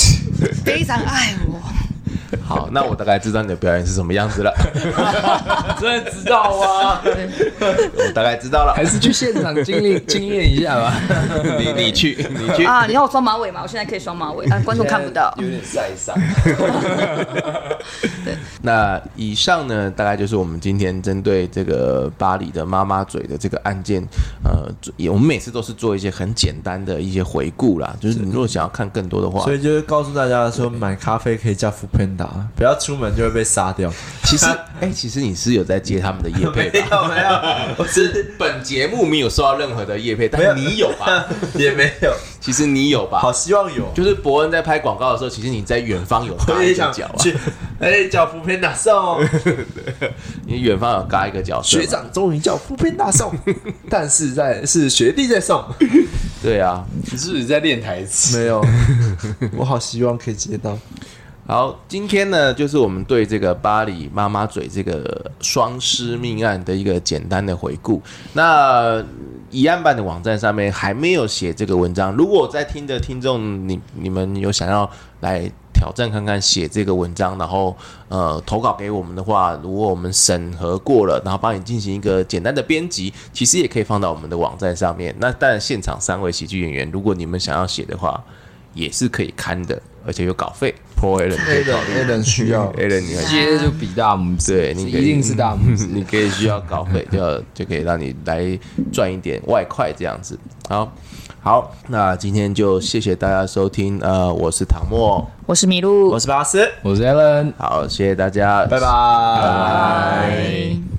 E: [LAUGHS] 非常爱我。
A: 好，那我大概知道你的表演是什么样子了，
D: 真的知道啊？
A: [LAUGHS] 我大概知道了
D: 还。是去现场
A: [LAUGHS]
D: 经历经验一下吧。
A: 你你去，你去。
E: 啊，你要我双马尾吗？我现在可以双马尾，但观众看不到。
C: 有点晒伤。
A: 那以上呢，大概就是我们今天针对这个巴黎的妈妈嘴的这个案件，呃，也我们每次都是做一些很简单的一些回顾啦。就是你如果想要看更多的话
C: 所，以就是告诉大家说，买咖啡可以叫 f o o Panda，不要出门就会被杀 [LAUGHS] 掉。
A: 其实，哎，其实你是有在接他们的业配吧？
C: 有没有， [LAUGHS] 我是
A: 本节目没有收到任何的业配，但你有
C: [LAUGHS]
A: 吧？
C: 也没有，
A: 其实你有吧？
C: 好希望有。
A: 就是伯恩在拍广告的时候，其实你在远方有
C: 我
A: 搭
C: 也
A: 一个
C: 想
A: 脚啊，
C: 去，哎，叫 f o o Panda [LAUGHS] 送，
A: 你远方有搭一个角色嘛，
C: 学长终于叫 f o o Panda 送，但是在是学弟在送，
A: 对啊，
D: 你是不是在练台词？
C: 没有， [LAUGHS] 我好希望可以接到。
A: 好，今天呢，就是我们对这个巴黎妈妈嘴这个双尸命案的一个简单的回顾。那一案办的网站上面还没有写这个文章，如果在听的听众，你你们有想要来挑战看看写这个文章，然后呃投稿给我们的话，如果我们审核过了，然后帮你进行一个简单的编辑，其实也可以放到我们的网站上面。那当然，现场三位喜剧演员，如果你们想要写的话，也是可以刊的，而且有稿费。Pro Allen 可以
C: A 人 A 人需 [LAUGHS] 要
A: a l n 你看，
D: 接就比大拇指，
A: 对，你可以
D: 一定是
A: [LAUGHS]
D: 大拇指。
A: 你
D: [LAUGHS]
A: 可以需要稿费，就要就可以让你来赚一点外快这样子。好，好，那今天就谢谢大家收听，呃，我是唐默，
E: 我是麋鹿，
A: 是巴斯，
D: 我是 Alan，
A: 好，谢谢大家，
C: 拜拜。
E: 拜。